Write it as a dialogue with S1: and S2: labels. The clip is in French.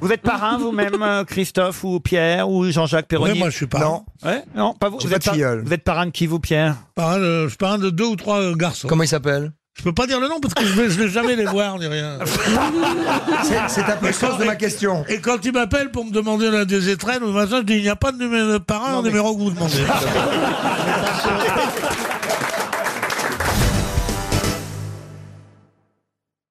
S1: Vous êtes parrain vous-même, euh, Christophe ou Pierre ou Jean-Jacques Perroni
S2: Ouais, moi, je suis parrain.
S1: Non, Ouais non pas vous.
S3: J'ai
S1: Vous
S3: pas
S1: êtes,
S3: de filleul.
S1: vous êtes parrain de qui vous, Pierre
S2: Parrain de- euh, je suis parrain de deux ou trois euh, garçons.
S3: Comment il s'appelle
S2: Je peux pas dire le nom parce que je vais, je vais jamais les voir ni rien.
S3: C'est c'est à peu cause de ma question.
S2: Et quand ils m'appellent pour me demander l'un des étrennes ou machin, je dis il n'y a pas de numéro de parrain, un numéro que vous demandez.